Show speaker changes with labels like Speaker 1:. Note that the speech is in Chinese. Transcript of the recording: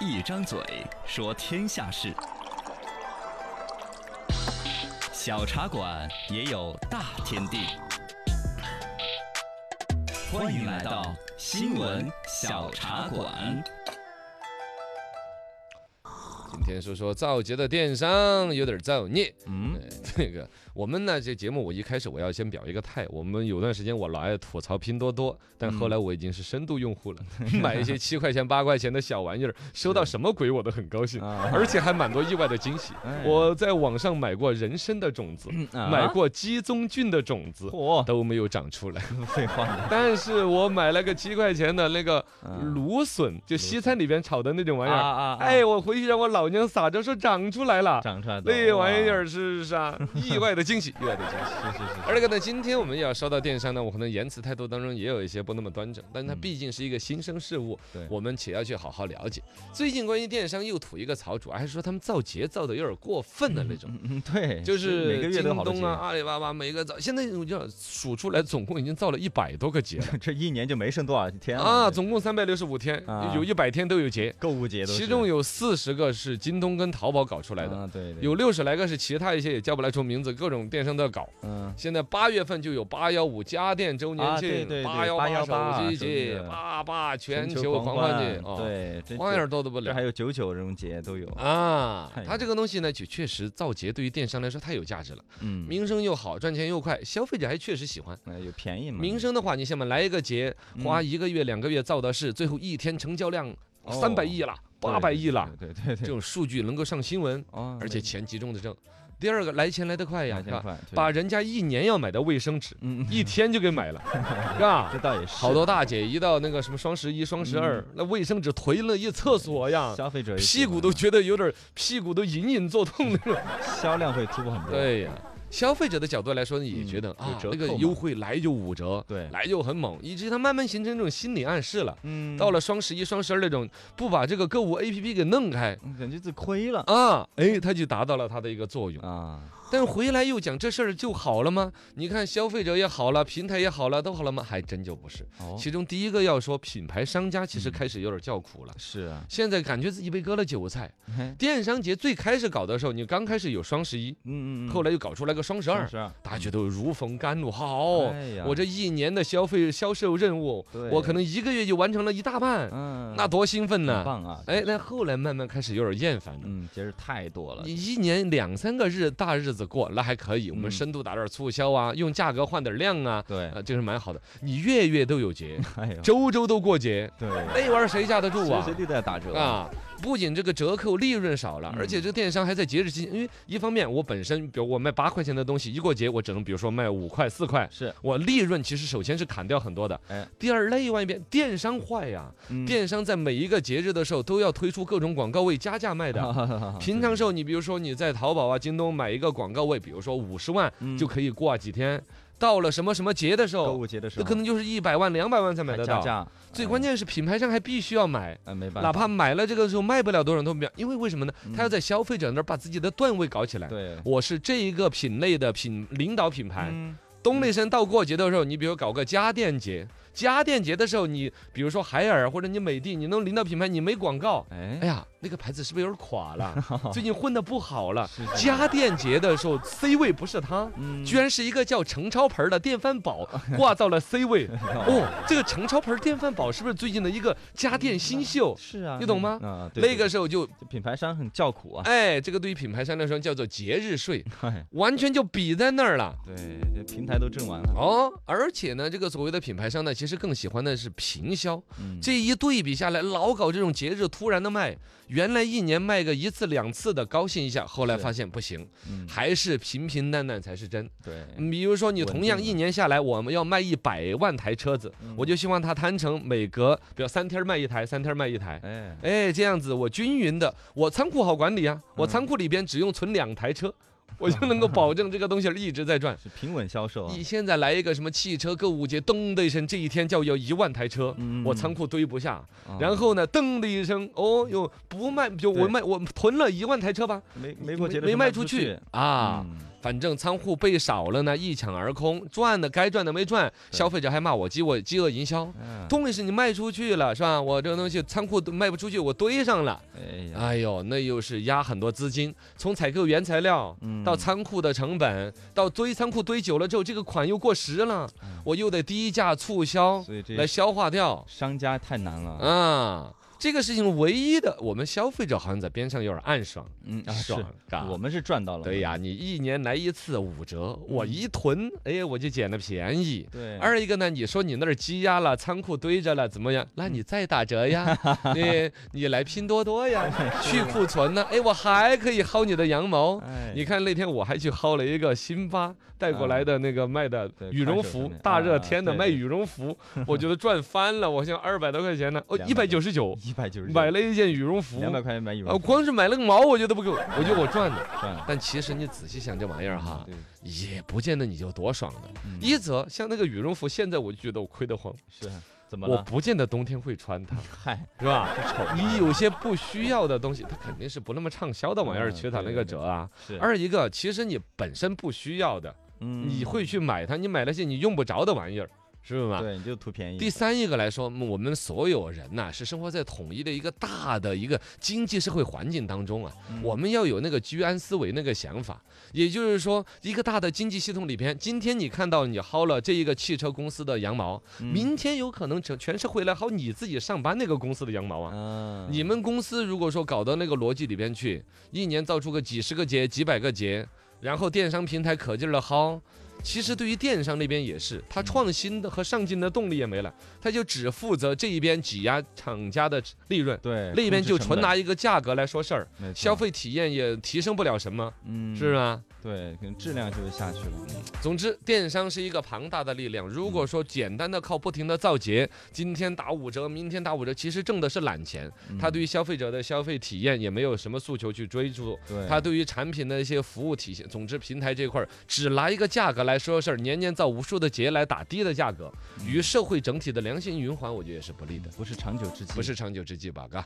Speaker 1: 一张嘴说天下事，小茶馆也有大天地。欢迎来到新闻小茶馆。
Speaker 2: 今天说说造节的电商有点造孽。
Speaker 1: 嗯，
Speaker 2: 对，这个我们呢，这节目我一开始我要先表一个态，我们有段时间我老爱吐槽拼多多，但后来我已经是深度用 户了，买一些七块钱、八块钱的小玩意儿，收到什么鬼我都很高兴，
Speaker 1: 啊
Speaker 2: 而且还蛮多意外的惊喜
Speaker 1: 哎。
Speaker 2: 我在网上买过人参的种子，
Speaker 1: 啊
Speaker 2: 买过鸡枞菌的种子。
Speaker 1: 嚯，
Speaker 2: 都没有长出来，
Speaker 1: 废话，
Speaker 2: 但是我买了个七块钱的那个芦笋，就西餐里边炒的那种玩意
Speaker 1: 啊
Speaker 2: 儿。
Speaker 1: 啊啊！
Speaker 2: 哎，我回去让我老娘撒娇说长出来了，
Speaker 1: 长出来的
Speaker 2: 那玩意，儿 是啥？意外的惊喜，意外的惊喜。
Speaker 1: 哇是是是，
Speaker 2: 而那个呢，今天我们也要说到电商呢，我可能言辞态度当中也有一些不那么端正，但是它毕竟是一个新生事物，
Speaker 1: 嗯对
Speaker 2: 我们且要去好好了解。最近关于电商又吐一个槽，主要还是说他们造节造的有点过分的那种。
Speaker 1: 嗯对，
Speaker 2: 就是
Speaker 1: 每个月都有
Speaker 2: 京
Speaker 1: 好多
Speaker 2: 东啊、阿里巴巴每一个造，现在我就要数出来，总共已经造了一百多个节 了
Speaker 1: 节，这一年就没剩多少天了
Speaker 2: 啊，
Speaker 1: 这
Speaker 2: 总共三百六十五天
Speaker 1: 啊，
Speaker 2: 有一百天都有节，
Speaker 1: 购物节都是
Speaker 2: 其中有四十个是京东跟淘宝搞出来的，
Speaker 1: 啊对对
Speaker 2: 有六十来个是其他一些也叫不来出名字，各种电商都要搞。
Speaker 1: 嗯
Speaker 2: 现在八月份就有八幺五家电周年
Speaker 1: 啊对
Speaker 2: 庆
Speaker 1: 对对、
Speaker 2: 八幺
Speaker 1: 818
Speaker 2: 手
Speaker 1: 手机
Speaker 2: 机节
Speaker 1: 的、
Speaker 2: 八八全
Speaker 1: 球
Speaker 2: 球狂欢节啊，哦
Speaker 1: 对，这
Speaker 2: 花样多得不
Speaker 1: 这还
Speaker 2: 了。
Speaker 1: 有九九这种节都有，
Speaker 2: 啊
Speaker 1: 太，
Speaker 2: 它这个东西呢，就确实造节对于电商来说太有价值了，
Speaker 1: 嗯，
Speaker 2: 名声又好，赚钱又快，消费者还确实喜欢。
Speaker 1: 哎有便宜嘛，
Speaker 2: 名声的话，你想嘛，来一个节，
Speaker 1: 嗯
Speaker 2: 花一个月、两个月造的事，最后一天成交量三百亿了，八百亿了，
Speaker 1: 哦对对对
Speaker 2: 这
Speaker 1: 对，
Speaker 2: 种数据能够上新闻，
Speaker 1: 哦
Speaker 2: 而且钱集中的正。第二个，来钱来得快呀，
Speaker 1: 两
Speaker 2: 是
Speaker 1: 千
Speaker 2: 吧？
Speaker 1: 块，对
Speaker 2: 把人家一年要买的卫生纸，
Speaker 1: 嗯，嗯
Speaker 2: 一天就给买 了，啊，
Speaker 1: 这倒也是，
Speaker 2: 好多大姐一到那个什么双十一、双十二
Speaker 1: 嗯，
Speaker 2: 那卫生纸囤了一厕所呀，
Speaker 1: 消费者也喜
Speaker 2: 屁
Speaker 1: 欢
Speaker 2: 股都
Speaker 1: 嘛
Speaker 2: 觉得有点屁股都隐隐作痛那种。
Speaker 1: 销量会突破很多，
Speaker 2: 对呀，消费者的角度来说也觉得
Speaker 1: 嗯有
Speaker 2: 啊，
Speaker 1: 折
Speaker 2: 那个
Speaker 1: 扣嘛
Speaker 2: 优惠来就五折，
Speaker 1: 对，
Speaker 2: 来就很猛，以至于他慢慢形成这种心理暗示了。
Speaker 1: 嗯，
Speaker 2: 到了双十一、双十二那种不把这个购物 APP 给弄开
Speaker 1: 嗯感觉自己亏了
Speaker 2: 啊，哎，它就达到了它的一个作用。
Speaker 1: 啊，
Speaker 2: 但是回来又讲这事儿就好了吗？你看消费者也好了，平台也好了，都好了吗？还真就不是。
Speaker 1: 哦，嗯
Speaker 2: 其中第一个要说，品牌商家其实开始有点叫苦了。
Speaker 1: 是啊，
Speaker 2: 现在感觉自己被割了韭菜。
Speaker 1: 嗯
Speaker 2: 电商节最开始搞的时候，你刚开始有双十一，
Speaker 1: 嗯嗯，
Speaker 2: 后来又搞出来个双十二，
Speaker 1: 十二，
Speaker 2: 大家觉得如逢甘露，好，
Speaker 1: 哎呀
Speaker 2: 哦我这一年的消费销售任务，
Speaker 1: 对
Speaker 2: 我可能一个月就完成了一大半，
Speaker 1: 嗯，
Speaker 2: 那多兴奋
Speaker 1: 很
Speaker 2: 呐！
Speaker 1: 棒啊，
Speaker 2: 哎，那后来慢慢开始有点厌烦了。
Speaker 1: 嗯，节日太多了
Speaker 2: 你，一年两三个日大日子过，那还可以，我
Speaker 1: 嗯
Speaker 2: 们深度打点促销啊，用价格换点量啊，
Speaker 1: 对，
Speaker 2: 啊，这是蛮好的。你月月都有节，
Speaker 1: 哎呦，
Speaker 2: 周周都过节，
Speaker 1: 对，
Speaker 2: 那玩意儿谁架得住
Speaker 1: 随时
Speaker 2: 啊
Speaker 1: 随？地都在打折，
Speaker 2: 哎啊，不仅这个折扣利润少了，
Speaker 1: 嗯
Speaker 2: 而且这个电商还在节日期间，因为一方面我本身，比如我卖八块钱的东西，一过节我只能比如说卖五块四块，
Speaker 1: 是
Speaker 2: 我利润其实首先是砍掉很多的
Speaker 1: 哎。
Speaker 2: 第二，另外一边电商坏呀，
Speaker 1: 嗯
Speaker 2: 电商在每一个节日的时候都要推出各种广告位加价 卖的。
Speaker 1: 的
Speaker 2: 平常时候，你比如说你在淘宝啊、京东买一个广告位，比如说五十万
Speaker 1: 嗯
Speaker 2: 就可以挂几天，到了什么什么节的时
Speaker 1: 购
Speaker 2: 候，
Speaker 1: 物节的时
Speaker 2: 那
Speaker 1: 候，
Speaker 2: 可能就是一百万、两百万才买得
Speaker 1: 加
Speaker 2: 到。
Speaker 1: 价，
Speaker 2: 最关键是品牌商还必须要买，
Speaker 1: 哎，没办法，嗯
Speaker 2: 哪怕买了这个时候卖不了多少都秒，因为为什么呢？他要在消费者那儿把自己的段位搞起来。
Speaker 1: 对，
Speaker 2: 我是这一个品类的品领导品牌。
Speaker 1: 嗯
Speaker 2: 东类生到过节的时候，你比如搞个家电节，家电节的时候，你比如说海尔或者你美的，你弄领导品牌，你没广告，哎
Speaker 1: 哎，
Speaker 2: 呀，那个牌子是不是有点垮了？ 最近混得不好了。
Speaker 1: 是是
Speaker 2: 家电节的时候，C 位不是他，
Speaker 1: 嗯
Speaker 2: 居然是一个叫程超盆儿的电 饭煲挂到了 C 位。哦，这个程超盆儿电饭煲是不是最近的一个家电新秀？
Speaker 1: 是啊，
Speaker 2: 你懂吗
Speaker 1: 啊， 对
Speaker 2: 那个
Speaker 1: 对
Speaker 2: 时候就，
Speaker 1: 这品牌商很叫苦啊，
Speaker 2: 哎，这个对于品牌商来说叫做节日税，
Speaker 1: 哎，
Speaker 2: 完全就比在那儿了。
Speaker 1: 对，这平台都挣完了，
Speaker 2: 哦，而且呢，这个所谓的品牌商呢，其实更喜欢的是平销。
Speaker 1: 嗯，
Speaker 2: 这一对比下来，老搞这种节日突然的卖，原来一年卖个一次两次的高兴一下，后来
Speaker 1: 是
Speaker 2: 发现不行，
Speaker 1: 嗯
Speaker 2: 还是平平淡淡才是真。
Speaker 1: 对，
Speaker 2: 嗯比如说你
Speaker 1: 稳定
Speaker 2: 同样
Speaker 1: 了
Speaker 2: 一年下来，我们要卖一百万台车子，
Speaker 1: 嗯
Speaker 2: 我就希望它摊成每隔比如三天卖一台，三天卖一台。
Speaker 1: 哎，
Speaker 2: 哎，这样子我均匀的，我仓库好管理
Speaker 1: 嗯
Speaker 2: 啊，我仓库里边只用存两台车， 我就能够保证这个东西儿一直 在转。
Speaker 1: 是平稳销售啊
Speaker 2: 你，现在来一个什么汽车购物节，噔的一声，这一天就要一万台车，
Speaker 1: 嗯
Speaker 2: 我仓库堆不下。
Speaker 1: 啊
Speaker 2: 然后呢，噔的一声，哦哟，不卖就我
Speaker 1: 对
Speaker 2: 卖我囤了一万台车吧，
Speaker 1: 没没过节的
Speaker 2: 没
Speaker 1: 时候
Speaker 2: 卖
Speaker 1: 出
Speaker 2: 出去啊。
Speaker 1: 嗯
Speaker 2: 反正仓库备少了呢，一抢而空，赚的该赚的没赚，
Speaker 1: 对
Speaker 2: 消费者还骂我饥我饥饿营销。
Speaker 1: 嗯，
Speaker 2: 痛的是你卖出去了是吧？我这个东西仓库都卖不出去，我堆上了，
Speaker 1: 哎呀，
Speaker 2: 哎呦，那又是压很多资金，从采购原材料
Speaker 1: 嗯
Speaker 2: 到仓库的成本，到堆仓库堆久了之后，这个款又过时了
Speaker 1: 嗯，
Speaker 2: 我又得低价促销
Speaker 1: 所以这
Speaker 2: 来消化掉
Speaker 1: 商家太难了，
Speaker 2: 啊。这个事情唯一的，我们消费者好像在边上有点暗爽，
Speaker 1: 嗯，啊是
Speaker 2: 爽，嘎
Speaker 1: 我们是赚到了，
Speaker 2: 对，呀，你一年来一次五折，我一囤，哎，我就捡了便宜。
Speaker 1: 对，
Speaker 2: 二一个呢，你说你那儿积压了，仓库堆着了，怎么
Speaker 1: 嗯
Speaker 2: 样？那你再打折 呀，你你来拼多多呀，去库存呢？哎，我还可以薅你的羊毛。
Speaker 1: 哎，
Speaker 2: 你看那天我还去薅了一个辛巴带过来的那个卖的
Speaker 1: 啊对
Speaker 2: 羽绒
Speaker 1: 快手上
Speaker 2: 服
Speaker 1: 面，
Speaker 2: 大
Speaker 1: 啊
Speaker 2: 热天的
Speaker 1: 对
Speaker 2: 卖
Speaker 1: 对
Speaker 2: 羽绒 服，我觉得赚翻了，我像二百多块钱呢，哦，一百九十九
Speaker 1: 一百九十，
Speaker 2: 买了一件羽绒服，
Speaker 1: 两百块钱买羽
Speaker 2: 啊，
Speaker 1: 绒服
Speaker 2: 光是买了个毛我觉得不够，我觉得我赚的。
Speaker 1: 赚了，
Speaker 2: 但其实你仔细想这玩意儿哈，
Speaker 1: 对，
Speaker 2: 也不见得你就多爽的。
Speaker 1: 嗯
Speaker 2: 啊一则像那个羽绒服，现在我就觉得我亏得慌，
Speaker 1: 是啊怎么
Speaker 2: 我
Speaker 1: 了？
Speaker 2: 不见得冬天会 穿它，
Speaker 1: 嗨，
Speaker 2: 是吧？
Speaker 1: 丑啊
Speaker 2: 你有些不需要的东西，它肯定是不那么畅销的玩意儿，
Speaker 1: 嗯
Speaker 2: 缺它那
Speaker 1: 对
Speaker 2: 个
Speaker 1: 对
Speaker 2: 折啊。
Speaker 1: 是，嗯
Speaker 2: 二一个，其实你本身不需要的，你
Speaker 1: 你
Speaker 2: 会去买它，你买那些你用不着的玩意儿，是不是嘛？
Speaker 1: 对，你就图便宜，
Speaker 2: 第三一个来说，我们所有人呐、是生活在统一的一个大的一个经济社会环境当中啊，
Speaker 1: 嗯
Speaker 2: 我们要有那个居安思危那个想法，也就是说，一个大的经济系统里边，今天你看到你薅了这一个汽车公司的羊毛，
Speaker 1: 嗯
Speaker 2: 明天有可能全全社会来薅你自己上班那个公司的羊毛啊。
Speaker 1: 啊，
Speaker 2: 你们公司如果说搞到那个逻辑里边去，一年造出个几十个节、几百个节，然后电商平台可劲儿的薅，其实对于电商那边也是，它
Speaker 1: 嗯
Speaker 2: 创新的和上进的动力也没了，它就只负责这一边挤压厂家的利润，
Speaker 1: 对，
Speaker 2: 另一边就纯拿
Speaker 1: 一
Speaker 2: 一个价格来说事儿，消
Speaker 1: 费，
Speaker 2: 费体验也提升不了什么，
Speaker 1: 嗯，
Speaker 2: 是嗯吧？
Speaker 1: 对，可能质量就会下去了，
Speaker 2: 总之，电商是一个庞大的力量。如果说简单的靠不停的造节，今天打五折，明天打五折，其实挣的是懒钱。
Speaker 1: 嗯
Speaker 2: 他对于消费者的消费体验也没有什么诉求去追逐。
Speaker 1: 对
Speaker 2: 他对于产品的一些服务体现，总之平台这块儿只拿一个价格来说事儿，年年造无数的节来打低的价
Speaker 1: 嗯
Speaker 2: 格，与社会整体的良性循环，我觉得也是不利的，
Speaker 1: 不是长久之计，
Speaker 2: 不是长久之计吧？嘎。